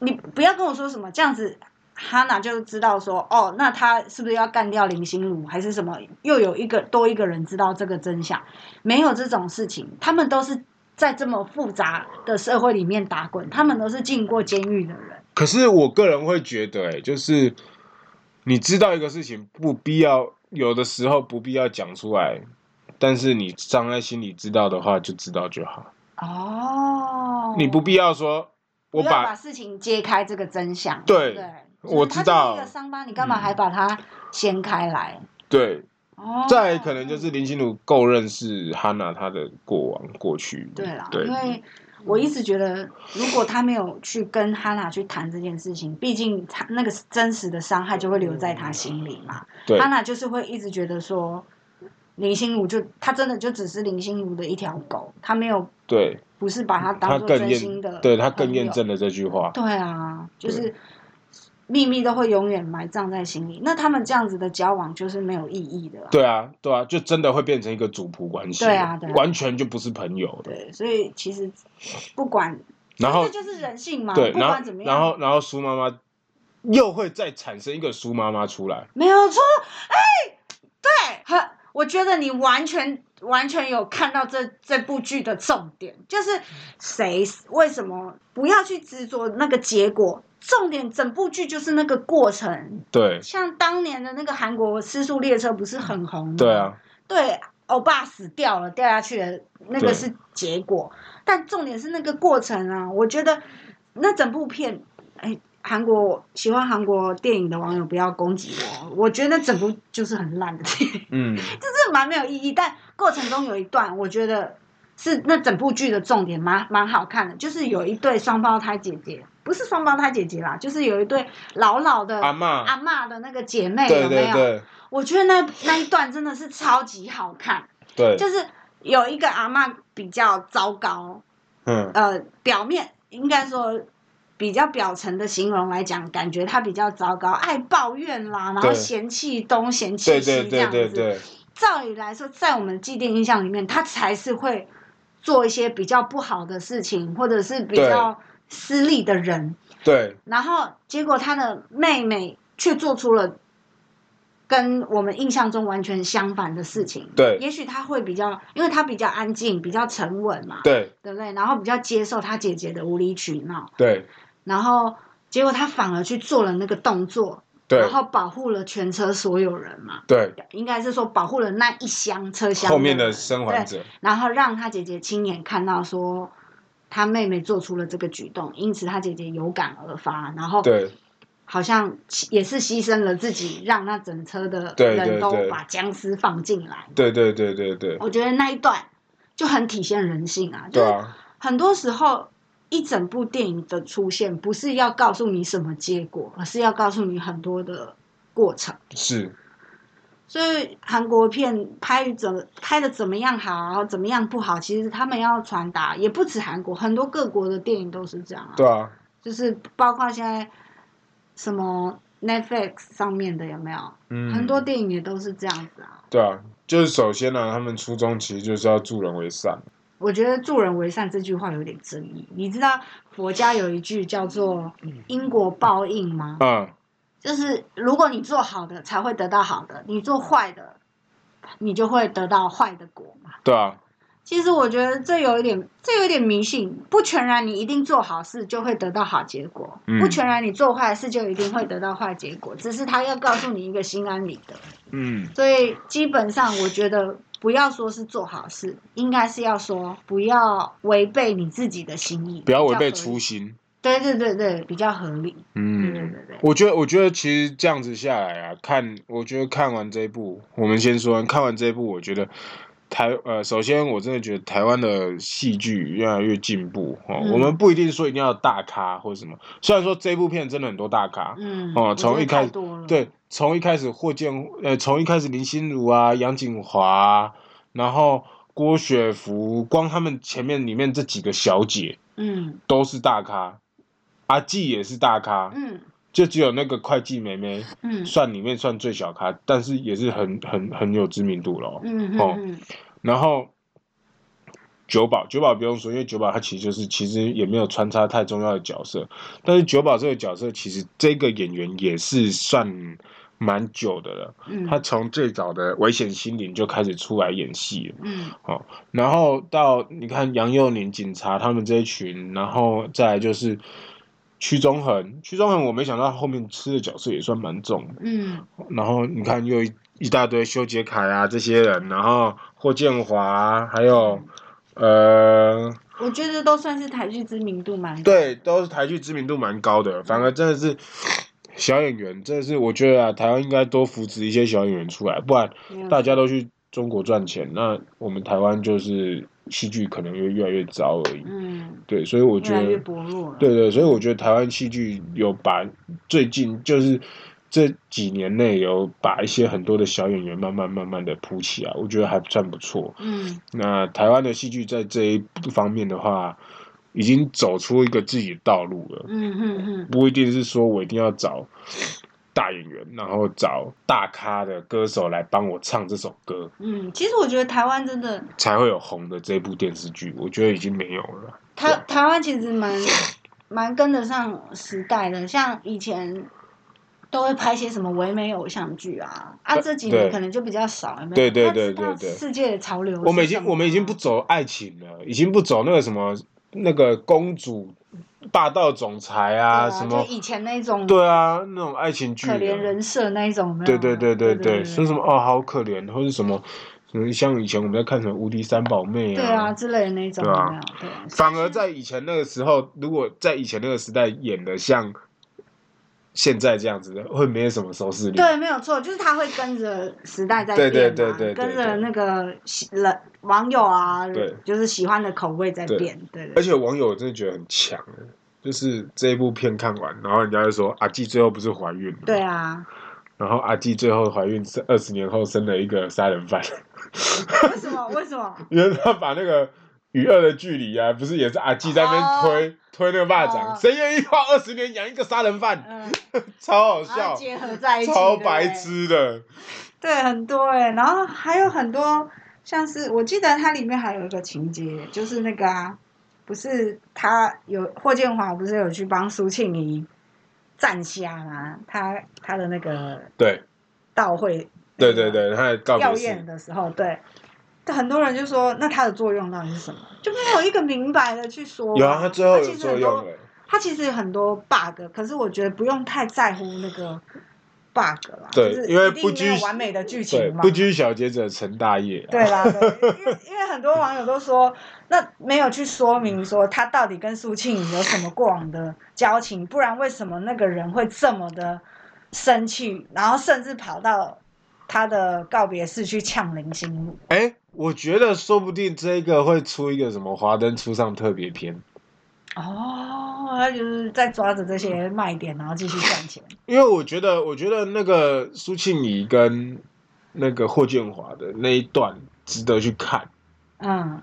[SPEAKER 2] 你不要跟我说什么这样子，哈娜就知道说哦，那他是不是要干掉林心如，还是什么？又有一个多一个人知道这个真相，没有这种事情。他们都是在这么复杂的社会里面打滚，他们都是进过监狱的人。
[SPEAKER 1] 可是我个人会觉得、欸，就是你知道一个事情，不必要有的时候不必要讲出来，但是你藏在心里知道的话，就知道就好。
[SPEAKER 2] 哦，
[SPEAKER 1] 你不必要说，
[SPEAKER 2] 不
[SPEAKER 1] 我
[SPEAKER 2] 要把
[SPEAKER 1] 把
[SPEAKER 2] 事情揭开这个真相，
[SPEAKER 1] 对
[SPEAKER 2] 不对
[SPEAKER 1] 我
[SPEAKER 2] 就是它
[SPEAKER 1] 知道
[SPEAKER 2] 就
[SPEAKER 1] 嗯
[SPEAKER 2] 是一个伤疤，你干嘛还把它掀开来？
[SPEAKER 1] 对，
[SPEAKER 2] 哦，
[SPEAKER 1] 再来可能就是林心如够认识哈娜她的过往过去。
[SPEAKER 2] 对啦，
[SPEAKER 1] 对
[SPEAKER 2] 因，为我一直觉得，如果他没有去跟哈娜去谈这件事情，毕竟他那个真实的伤害就会留在他心里嘛。
[SPEAKER 1] 对
[SPEAKER 2] 哈，娜就是会一直觉得说，林心如就她真的就只是林心如的一条狗，她没有
[SPEAKER 1] 对，
[SPEAKER 2] 不是把她当
[SPEAKER 1] 她
[SPEAKER 2] 做
[SPEAKER 1] 更
[SPEAKER 2] 真心
[SPEAKER 1] 验
[SPEAKER 2] 的，
[SPEAKER 1] 对她更
[SPEAKER 2] 朋友
[SPEAKER 1] 验证了这句话。
[SPEAKER 2] 对啊，就
[SPEAKER 1] 对
[SPEAKER 2] 是秘密都会永远埋葬在心里，那他们这样子的交往就是没有意义的、啊。
[SPEAKER 1] 对啊，对啊，就真的会变成一个主仆关系，
[SPEAKER 2] 对啊对啊
[SPEAKER 1] 完全就不是朋友了。
[SPEAKER 2] 对，所以其实不管，
[SPEAKER 1] 然后
[SPEAKER 2] 这就是人性嘛，
[SPEAKER 1] 对，
[SPEAKER 2] 不
[SPEAKER 1] 然
[SPEAKER 2] 管
[SPEAKER 1] 后
[SPEAKER 2] 怎么样，
[SPEAKER 1] 然后然后苏妈妈又会再产生一个苏妈妈出来，
[SPEAKER 2] 没有错，哎，对，很，我觉得你完全完全有看到这这部剧的重点，就是谁为什么不要去执着那个结果，重点整部剧就是那个过程。
[SPEAKER 1] 对
[SPEAKER 2] 像当年的那个韩国《失速列车》不是很红吗？
[SPEAKER 1] 对，啊，
[SPEAKER 2] 对，欧巴死掉了，掉下去了，那个
[SPEAKER 1] 对
[SPEAKER 2] 是结果，但重点是那个过程啊。我觉得那整部片，哎，韩国喜欢韩国电影的网友不要攻击我，我觉得那整部就是很烂的电影，
[SPEAKER 1] 嗯，
[SPEAKER 2] 就是蛮没有意义。但过程中有一段，我觉得是那整部剧的重点，蛮蛮好看的，就是有一对双胞胎姐姐，不是双胞胎姐姐啦，就是有一对老老的
[SPEAKER 1] 阿嬷
[SPEAKER 2] 阿嬷的那个姐妹，
[SPEAKER 1] 对
[SPEAKER 2] 有没
[SPEAKER 1] 对
[SPEAKER 2] 有？
[SPEAKER 1] 对
[SPEAKER 2] 我觉得那那一段真的是超级好看，
[SPEAKER 1] 对，
[SPEAKER 2] 就是有一个阿嬷比较糟糕，
[SPEAKER 1] 嗯
[SPEAKER 2] 呃，表面应该说比较表层的形容来讲，感觉她比较糟糕，爱抱怨啦，然后
[SPEAKER 1] 对
[SPEAKER 2] 嫌弃东嫌弃
[SPEAKER 1] 对
[SPEAKER 2] 西
[SPEAKER 1] 对
[SPEAKER 2] 这
[SPEAKER 1] 对
[SPEAKER 2] 样
[SPEAKER 1] 对
[SPEAKER 2] 子。
[SPEAKER 1] 对，
[SPEAKER 2] 照理来说，在我们既定印象里面，她才是会做一些比较不好的事情，或者是比
[SPEAKER 1] 对
[SPEAKER 2] 较私利的人。
[SPEAKER 1] 对
[SPEAKER 2] 然后结果他的妹妹却做出了跟我们印象中完全相反的事情。
[SPEAKER 1] 对
[SPEAKER 2] 也许他会比较，因为他比较安静，比较沉稳嘛，
[SPEAKER 1] 对
[SPEAKER 2] 对不对？然后比较接受他姐姐的无理取闹，
[SPEAKER 1] 对
[SPEAKER 2] 然后结果他反而去做了那个动作，
[SPEAKER 1] 对
[SPEAKER 2] 然后保护了全车所有人嘛，
[SPEAKER 1] 对，
[SPEAKER 2] 应该是说保护了那一箱车厢
[SPEAKER 1] 后面的
[SPEAKER 2] 人
[SPEAKER 1] 生还
[SPEAKER 2] 对
[SPEAKER 1] 者，
[SPEAKER 2] 然后让他姐姐亲眼看到说。他妹妹做出了这个举动，因此他姐姐有感而发，然后
[SPEAKER 1] 对
[SPEAKER 2] 好像也是牺牲了自己，让那整车的
[SPEAKER 1] 对对
[SPEAKER 2] 人都
[SPEAKER 1] 对
[SPEAKER 2] 把僵尸放进来。
[SPEAKER 1] 对对对对对，
[SPEAKER 2] 我觉得那一段就很体现人性啊，就
[SPEAKER 1] 对
[SPEAKER 2] 是
[SPEAKER 1] 啊，
[SPEAKER 2] 很多时候一整部电影的出现，不是要告诉你什么结果，而是要告诉你很多的过程。
[SPEAKER 1] 是，
[SPEAKER 2] 所以韩国片拍怎拍的怎么样好，怎么样不好，其实他们要传达也不止韩国，很多各国的电影都是这样啊。
[SPEAKER 1] 对啊，
[SPEAKER 2] 就是包括现在什么 Netflix 上面的有没有？
[SPEAKER 1] 嗯，
[SPEAKER 2] 很多电影也都是这样子啊。
[SPEAKER 1] 对啊，就是首先呢、他们初衷其实就是要助人为善，
[SPEAKER 2] 我觉得“助人为善”这句话有点争议。你知道佛家有一句叫做“因果报应”吗？
[SPEAKER 1] 嗯，
[SPEAKER 2] 就是如果你做好的才会得到好的，你做坏的，你就会得到坏的果嘛。
[SPEAKER 1] 对啊，
[SPEAKER 2] 其实我觉得这有一点，这有一点迷信，不全然你一定做好事就会得到好结果，
[SPEAKER 1] 嗯
[SPEAKER 2] 不全然你做坏事就一定会得到坏结果，只是他要告诉你一个心安理得。
[SPEAKER 1] 嗯，
[SPEAKER 2] 所以基本上，我觉得不要说是做好事，应该是要说不要违背你自己的心意，
[SPEAKER 1] 不要违背
[SPEAKER 2] 比较合
[SPEAKER 1] 初
[SPEAKER 2] 理。
[SPEAKER 1] 心，
[SPEAKER 2] 对对对对，比较合理。对对
[SPEAKER 1] 嗯。
[SPEAKER 2] 对对，
[SPEAKER 1] 我觉得，我觉得其实这样子下来啊，看，我觉得看完这一部，我们先说完，看完这一部，我觉得台呃，首先我真的觉得台湾的戏剧越来越进步哦。
[SPEAKER 2] 嗯
[SPEAKER 1] 我们不一定说一定要大咖或什么，虽然说这部片真的很多大咖，
[SPEAKER 2] 嗯，
[SPEAKER 1] 哦
[SPEAKER 2] 我觉
[SPEAKER 1] 从
[SPEAKER 2] 得
[SPEAKER 1] 一开
[SPEAKER 2] 太多了，
[SPEAKER 1] 对，从一开始霍建，呃，从一开始林心如啊、杨景华啊、然后郭雪芙，光他们前面里面这几个小姐
[SPEAKER 2] 嗯
[SPEAKER 1] 都是大咖，阿纪也是大咖，
[SPEAKER 2] 嗯
[SPEAKER 1] 就只有那个会计妹妹
[SPEAKER 2] 嗯
[SPEAKER 1] 算里面算最小咖，但是也是很很很有知名度了、哦。
[SPEAKER 2] 嗯嗯
[SPEAKER 1] 哦
[SPEAKER 2] 嗯
[SPEAKER 1] 然后九保，九保不用说，因为九保他其实就是其实也没有穿插太重要的角色，但是九保这个角色其实这个演员也是算蛮久的了，
[SPEAKER 2] 嗯，
[SPEAKER 1] 他从最早的《危险心灵》就开始出来演戏了，
[SPEAKER 2] 嗯
[SPEAKER 1] 然后到你看杨佑宁、警察他们这一群，然后再来就是屈中恒，屈中恒我没想到后面吃的角色也算蛮重的。
[SPEAKER 2] 嗯
[SPEAKER 1] 然后你看又一一大堆修杰楷啊这些人，然后霍建华啊、还有呃，
[SPEAKER 2] 我觉得都算是台剧知名度蛮高
[SPEAKER 1] 对，都是台剧知名度蛮高的，反而真的是。 小演员，真的是我觉得啊，台湾应该多扶持一些小演员出来，不然
[SPEAKER 2] 没有
[SPEAKER 1] 大家都去中国赚钱，那我们台湾就是戏剧可能会越来越糟而已。
[SPEAKER 2] 嗯，
[SPEAKER 1] 对，所以我
[SPEAKER 2] 越
[SPEAKER 1] 觉
[SPEAKER 2] 来
[SPEAKER 1] 得
[SPEAKER 2] 越薄弱了。
[SPEAKER 1] 对对，所以我觉得台湾戏剧有把最近就是这几年内有把一些很多的小演员慢慢慢慢的铺起来，我觉得还算不错。
[SPEAKER 2] 嗯
[SPEAKER 1] 那台湾的戏剧在这一方面的话，已经走出一个自己的道路了，
[SPEAKER 2] 嗯哼哼，
[SPEAKER 1] 不一定是说我一定要找大演员，然后找大咖的歌手来帮我唱这首歌，
[SPEAKER 2] 嗯，其实我觉得台湾真的，
[SPEAKER 1] 才会有红的这部电视剧。我觉得已经没有了。
[SPEAKER 2] 台台湾其实蛮 蛮跟得上时代的，像以前都会拍一些什么唯美偶像剧啊，啊
[SPEAKER 1] 对
[SPEAKER 2] 这几年
[SPEAKER 1] 对
[SPEAKER 2] 可能就比较少，有没有？
[SPEAKER 1] 对对
[SPEAKER 2] 他
[SPEAKER 1] 对
[SPEAKER 2] 知道
[SPEAKER 1] 对对
[SPEAKER 2] 世界的潮流是什么啊，
[SPEAKER 1] 我们已经我们已经不走爱情了，已经不走那个什么那个公主、霸道总裁
[SPEAKER 2] 对
[SPEAKER 1] 啊
[SPEAKER 2] 啊，
[SPEAKER 1] 什么
[SPEAKER 2] 就，以前那种
[SPEAKER 1] 对啊，那种爱情剧
[SPEAKER 2] 可
[SPEAKER 1] 了。
[SPEAKER 2] 怜人设那一种，有没有
[SPEAKER 1] 对对对对
[SPEAKER 2] 对
[SPEAKER 1] 对，说什么哦好可怜，或者什么，什么像以前我们在看什么《无敌三宝妹》
[SPEAKER 2] 对啊之类的那种，
[SPEAKER 1] 对啊
[SPEAKER 2] 有没有？对啊，
[SPEAKER 1] 反而在以前那个时候，如果在以前那个时代演的像现在这样子的，会没有什么收视率。
[SPEAKER 2] 对，没有错，就是他会跟着时代在
[SPEAKER 1] 对
[SPEAKER 2] 变、
[SPEAKER 1] 对
[SPEAKER 2] 嘛，
[SPEAKER 1] 对对对
[SPEAKER 2] 跟
[SPEAKER 1] 对
[SPEAKER 2] 着那个喜人网友啊，
[SPEAKER 1] 对
[SPEAKER 2] 就是喜欢的口味在
[SPEAKER 1] 对
[SPEAKER 2] 变，对对
[SPEAKER 1] 而且网友真的觉得很强，就是这一部片看完，然后人家就说阿纪最后不是怀孕了吗，
[SPEAKER 2] 对啊，
[SPEAKER 1] 然后阿纪最后怀孕生二十年后生了一个杀人犯，
[SPEAKER 2] 为什 么？为什么？
[SPEAKER 1] 因为他把那个。与恶的距离啊，不是也是阿纪在那边
[SPEAKER 2] 哦
[SPEAKER 1] 推、推那个蚂蚱，
[SPEAKER 2] 哦
[SPEAKER 1] 谁愿意花二十年养一个杀人犯？
[SPEAKER 2] 嗯，
[SPEAKER 1] 超好
[SPEAKER 2] 然
[SPEAKER 1] 笑
[SPEAKER 2] 后，结合在一起，
[SPEAKER 1] 超
[SPEAKER 2] 对不
[SPEAKER 1] 白
[SPEAKER 2] 对，
[SPEAKER 1] 痴的。
[SPEAKER 2] 对，很多哎、然后还有很多，像是我记得它里面还有一个情节，就是那个啊，不是他有霍建华不是有去帮苏庆仪站虾吗？他他的那个
[SPEAKER 1] 对
[SPEAKER 2] 道会，
[SPEAKER 1] 对对。
[SPEAKER 2] 哎
[SPEAKER 1] 对，他的告
[SPEAKER 2] 吊
[SPEAKER 1] 别
[SPEAKER 2] 唁
[SPEAKER 1] 式，
[SPEAKER 2] 的时候，对，但很多人就说，那它的作用到底是什么？就没有一个明白的去说。
[SPEAKER 1] 有啊，他最后
[SPEAKER 2] 它
[SPEAKER 1] 有
[SPEAKER 2] 其实很
[SPEAKER 1] 作
[SPEAKER 2] 多
[SPEAKER 1] 用了。啊
[SPEAKER 2] 它其实有很多 bug，可是我觉得不用太在乎那个 bug 啦。
[SPEAKER 1] 对
[SPEAKER 2] 就是
[SPEAKER 1] 因为
[SPEAKER 2] 一定
[SPEAKER 1] 不拘
[SPEAKER 2] 没有完美的剧
[SPEAKER 1] 对，
[SPEAKER 2] 情嘛。
[SPEAKER 1] 不拘小节者成大业、啊。
[SPEAKER 2] 对啦，对因为因为很多网友都说，那没有去说明说他到底跟苏庆有什么过往的交情，不然为什么那个人会这么的生气，然后甚至跑到他的告别式去呛林心如？
[SPEAKER 1] 哎、我觉得说不定这个会出一个什么《华灯初上》特别篇，
[SPEAKER 2] 哦，他就是在抓着这些卖点，然后继续赚钱。
[SPEAKER 1] 因为我觉得，我觉得那个苏庆仪跟那个霍建华的那一段值得去看。
[SPEAKER 2] 嗯，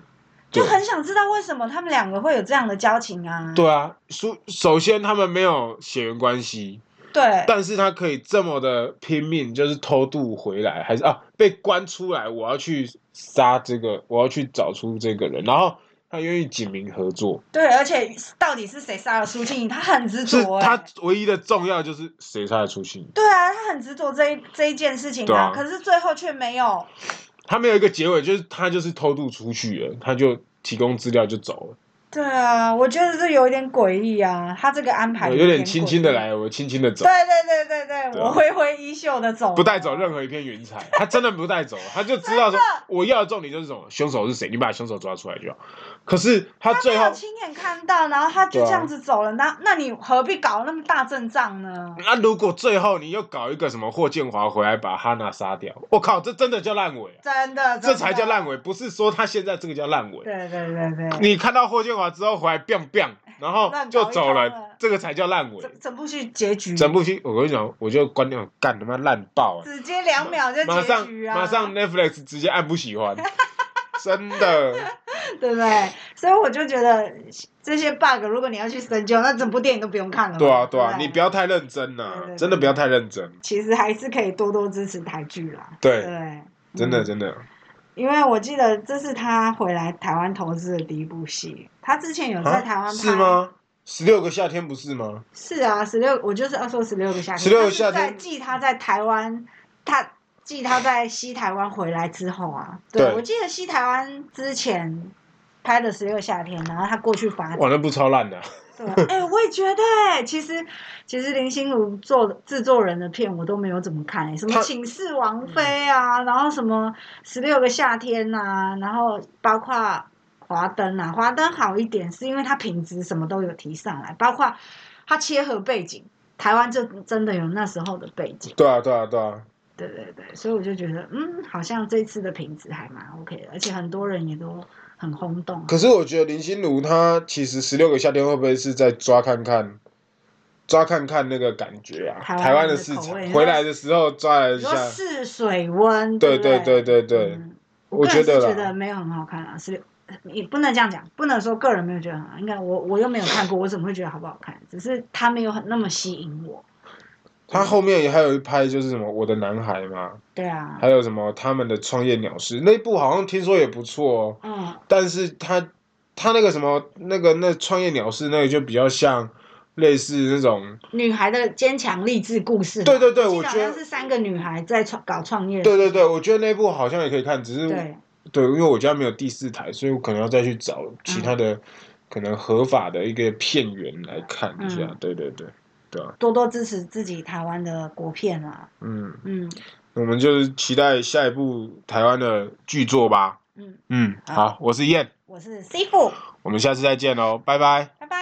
[SPEAKER 1] 对
[SPEAKER 2] 就很想知道为什么他们两个会有这样的交情啊？
[SPEAKER 1] 对啊，苏首先他们没有血缘关系，
[SPEAKER 2] 对
[SPEAKER 1] 但是他可以这么的拼命，就是偷渡回来，还是啊被关出来，我要去杀这个，我要去找出这个人，然后他愿意警民合作，
[SPEAKER 2] 对，而且到底是谁杀了苏庆怡？他很执
[SPEAKER 1] 是
[SPEAKER 2] 着、欸，
[SPEAKER 1] 他唯一的重要就是谁杀的出信，
[SPEAKER 2] 对啊，他很执着这一这一件事情
[SPEAKER 1] 对
[SPEAKER 2] 啊，
[SPEAKER 1] 啊
[SPEAKER 2] 可是最后却没有。
[SPEAKER 1] 他没有一个结尾，就是他就是偷渡出去了，他就提供资料就走
[SPEAKER 2] 对啊，我觉得这有一点诡异啊，他这个安排
[SPEAKER 1] 了，有
[SPEAKER 2] 点
[SPEAKER 1] 点轻轻的
[SPEAKER 2] 诡异。
[SPEAKER 1] 来，我轻轻的走
[SPEAKER 2] 对。对对对对，
[SPEAKER 1] 对啊
[SPEAKER 2] 我挥挥衣袖的走，
[SPEAKER 1] 不带走任
[SPEAKER 2] 何。
[SPEAKER 1] 何一片云彩，他真的不带走，他就知道说我要的重点就是什么，凶手是谁，你把凶手抓出来就好。可是他
[SPEAKER 2] 他
[SPEAKER 1] 最
[SPEAKER 2] 没
[SPEAKER 1] 后
[SPEAKER 2] 有亲眼看到，然后他就
[SPEAKER 1] 对啊
[SPEAKER 2] 这样子走了，那那你何必搞那么大阵仗呢？
[SPEAKER 1] 那如果最后你又搞一个什么霍建华回来把哈娜杀掉，我靠，这真的叫烂尾、啊，
[SPEAKER 2] 真的，
[SPEAKER 1] 这才叫烂
[SPEAKER 2] 尾。
[SPEAKER 1] 尾，不是说他现在这个叫烂尾。
[SPEAKER 2] 对对对对，
[SPEAKER 1] 你看到霍建华之后回来 biang biang，然
[SPEAKER 2] 啊
[SPEAKER 1] 后
[SPEAKER 2] 乱搞
[SPEAKER 1] 就
[SPEAKER 2] 一
[SPEAKER 1] 走
[SPEAKER 2] 通了
[SPEAKER 1] 了，这个才叫烂尾。
[SPEAKER 2] 整整部剧结局，
[SPEAKER 1] 整部剧我跟你讲，我就关掉，干他妈烂爆、啊！
[SPEAKER 2] 直接两秒就
[SPEAKER 1] 马
[SPEAKER 2] 结
[SPEAKER 1] 上
[SPEAKER 2] 局啊，
[SPEAKER 1] 马上 Netflix 直接按不喜欢，真 的。
[SPEAKER 2] 对不对？所以我就觉得这些 bug，如果你要去深究，那整部电影都不用看了嘛。
[SPEAKER 1] 对啊对啊，
[SPEAKER 2] 不
[SPEAKER 1] 你不要太认真呐、
[SPEAKER 2] 对对对
[SPEAKER 1] 真的不要太认真，
[SPEAKER 2] 其实还是可以多多支持台剧啦。
[SPEAKER 1] 对
[SPEAKER 2] 对，
[SPEAKER 1] 真的
[SPEAKER 2] 嗯
[SPEAKER 1] 真的。
[SPEAKER 2] 因为我记得这是他回来台湾投资的第一部戏，他之前有在台湾
[SPEAKER 1] 啊
[SPEAKER 2] 拍、
[SPEAKER 1] 是？吗？十六个夏天不是吗？
[SPEAKER 2] 是啊，十六，我就是要说十六个夏天，
[SPEAKER 1] 16个
[SPEAKER 2] 他是
[SPEAKER 1] 夏天
[SPEAKER 2] 在记他在台湾，他记他在西台湾回来之后啊，
[SPEAKER 1] 对
[SPEAKER 2] 我记得西台湾之前拍的十六个夏天，然后他过去发展。
[SPEAKER 1] 哇，那部超烂的、啊
[SPEAKER 2] 对，哎、我也觉得、哎，其实其实林心如做的制作人的片我都没有怎么看、哎什么
[SPEAKER 1] 她嗯
[SPEAKER 2] 《寝室王妃》啊，然后什么《十六个夏天》呐，然后包括《华灯》啊，《华灯》好一点是因为它品质什么都有提上来，包括它切合背景，台湾就真的有那时候的背景，
[SPEAKER 1] 对啊，对啊，对啊，
[SPEAKER 2] 对对对，所以我就觉得，嗯，好像这次的品质还蛮 OK 的，而且很多人也都很轰动啊、
[SPEAKER 1] 可是我觉得林心如她其实十六个夏天会不会是在抓看看，抓看看那个感觉啊？
[SPEAKER 2] 台湾
[SPEAKER 1] 台湾
[SPEAKER 2] 的
[SPEAKER 1] 的市
[SPEAKER 2] 口味
[SPEAKER 1] 场回来的时候抓了一
[SPEAKER 2] 你说
[SPEAKER 1] 下，
[SPEAKER 2] 试水温，
[SPEAKER 1] 对
[SPEAKER 2] 对
[SPEAKER 1] 对对对对，
[SPEAKER 2] 嗯个
[SPEAKER 1] 我
[SPEAKER 2] 人
[SPEAKER 1] 觉
[SPEAKER 2] 是
[SPEAKER 1] 得
[SPEAKER 2] 觉
[SPEAKER 1] 啦
[SPEAKER 2] 得没有很好看啊，十六也不能这样讲，不能说个人没有觉得很好，应该我我又没有看过，我怎么会觉得好不好看？只是他没有很那么吸引我。
[SPEAKER 1] 他后面也还有一拍就是什么《我的男孩》嘛，
[SPEAKER 2] 对啊，
[SPEAKER 1] 还有什么他们的创业鸟事那一部好像听说也不错哦，
[SPEAKER 2] 嗯，
[SPEAKER 1] 但是他他那个什么那个那创业鸟事那个就比较像类似那种，
[SPEAKER 2] 女孩的坚强励志故事嘛。
[SPEAKER 1] 对对对
[SPEAKER 2] 记
[SPEAKER 1] 我
[SPEAKER 2] 好
[SPEAKER 1] 觉得
[SPEAKER 2] 像是三个女孩在创搞创业。
[SPEAKER 1] 对对对，我觉得那部好像也可以看，只是
[SPEAKER 2] 对
[SPEAKER 1] 对，因为我家没有第四台，所以我可能要再去找其他的、可能合法的一个片源来看一下。
[SPEAKER 2] 嗯
[SPEAKER 1] 对对对，对啊，
[SPEAKER 2] 多多支持自己台湾的国片啊。
[SPEAKER 1] 嗯，
[SPEAKER 2] 嗯
[SPEAKER 1] 我们就是期待下一部台湾的剧作吧。
[SPEAKER 2] 嗯，
[SPEAKER 1] 嗯，
[SPEAKER 2] 好
[SPEAKER 1] 好，我是燕，
[SPEAKER 2] 我是 C 傅，
[SPEAKER 1] 我们下次再见喽，拜拜。
[SPEAKER 2] 拜拜。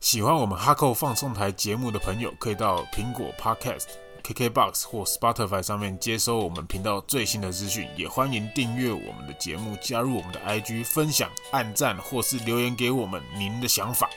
[SPEAKER 3] 喜欢我们哈扣放送台节目的朋友，可以到苹果 Podcast、KKBox 或 Spotify 上面接收我们频道最新的资讯。也欢迎订阅我们的节目，加入我们的 IG，分享、按赞或是留言给我们您的想法。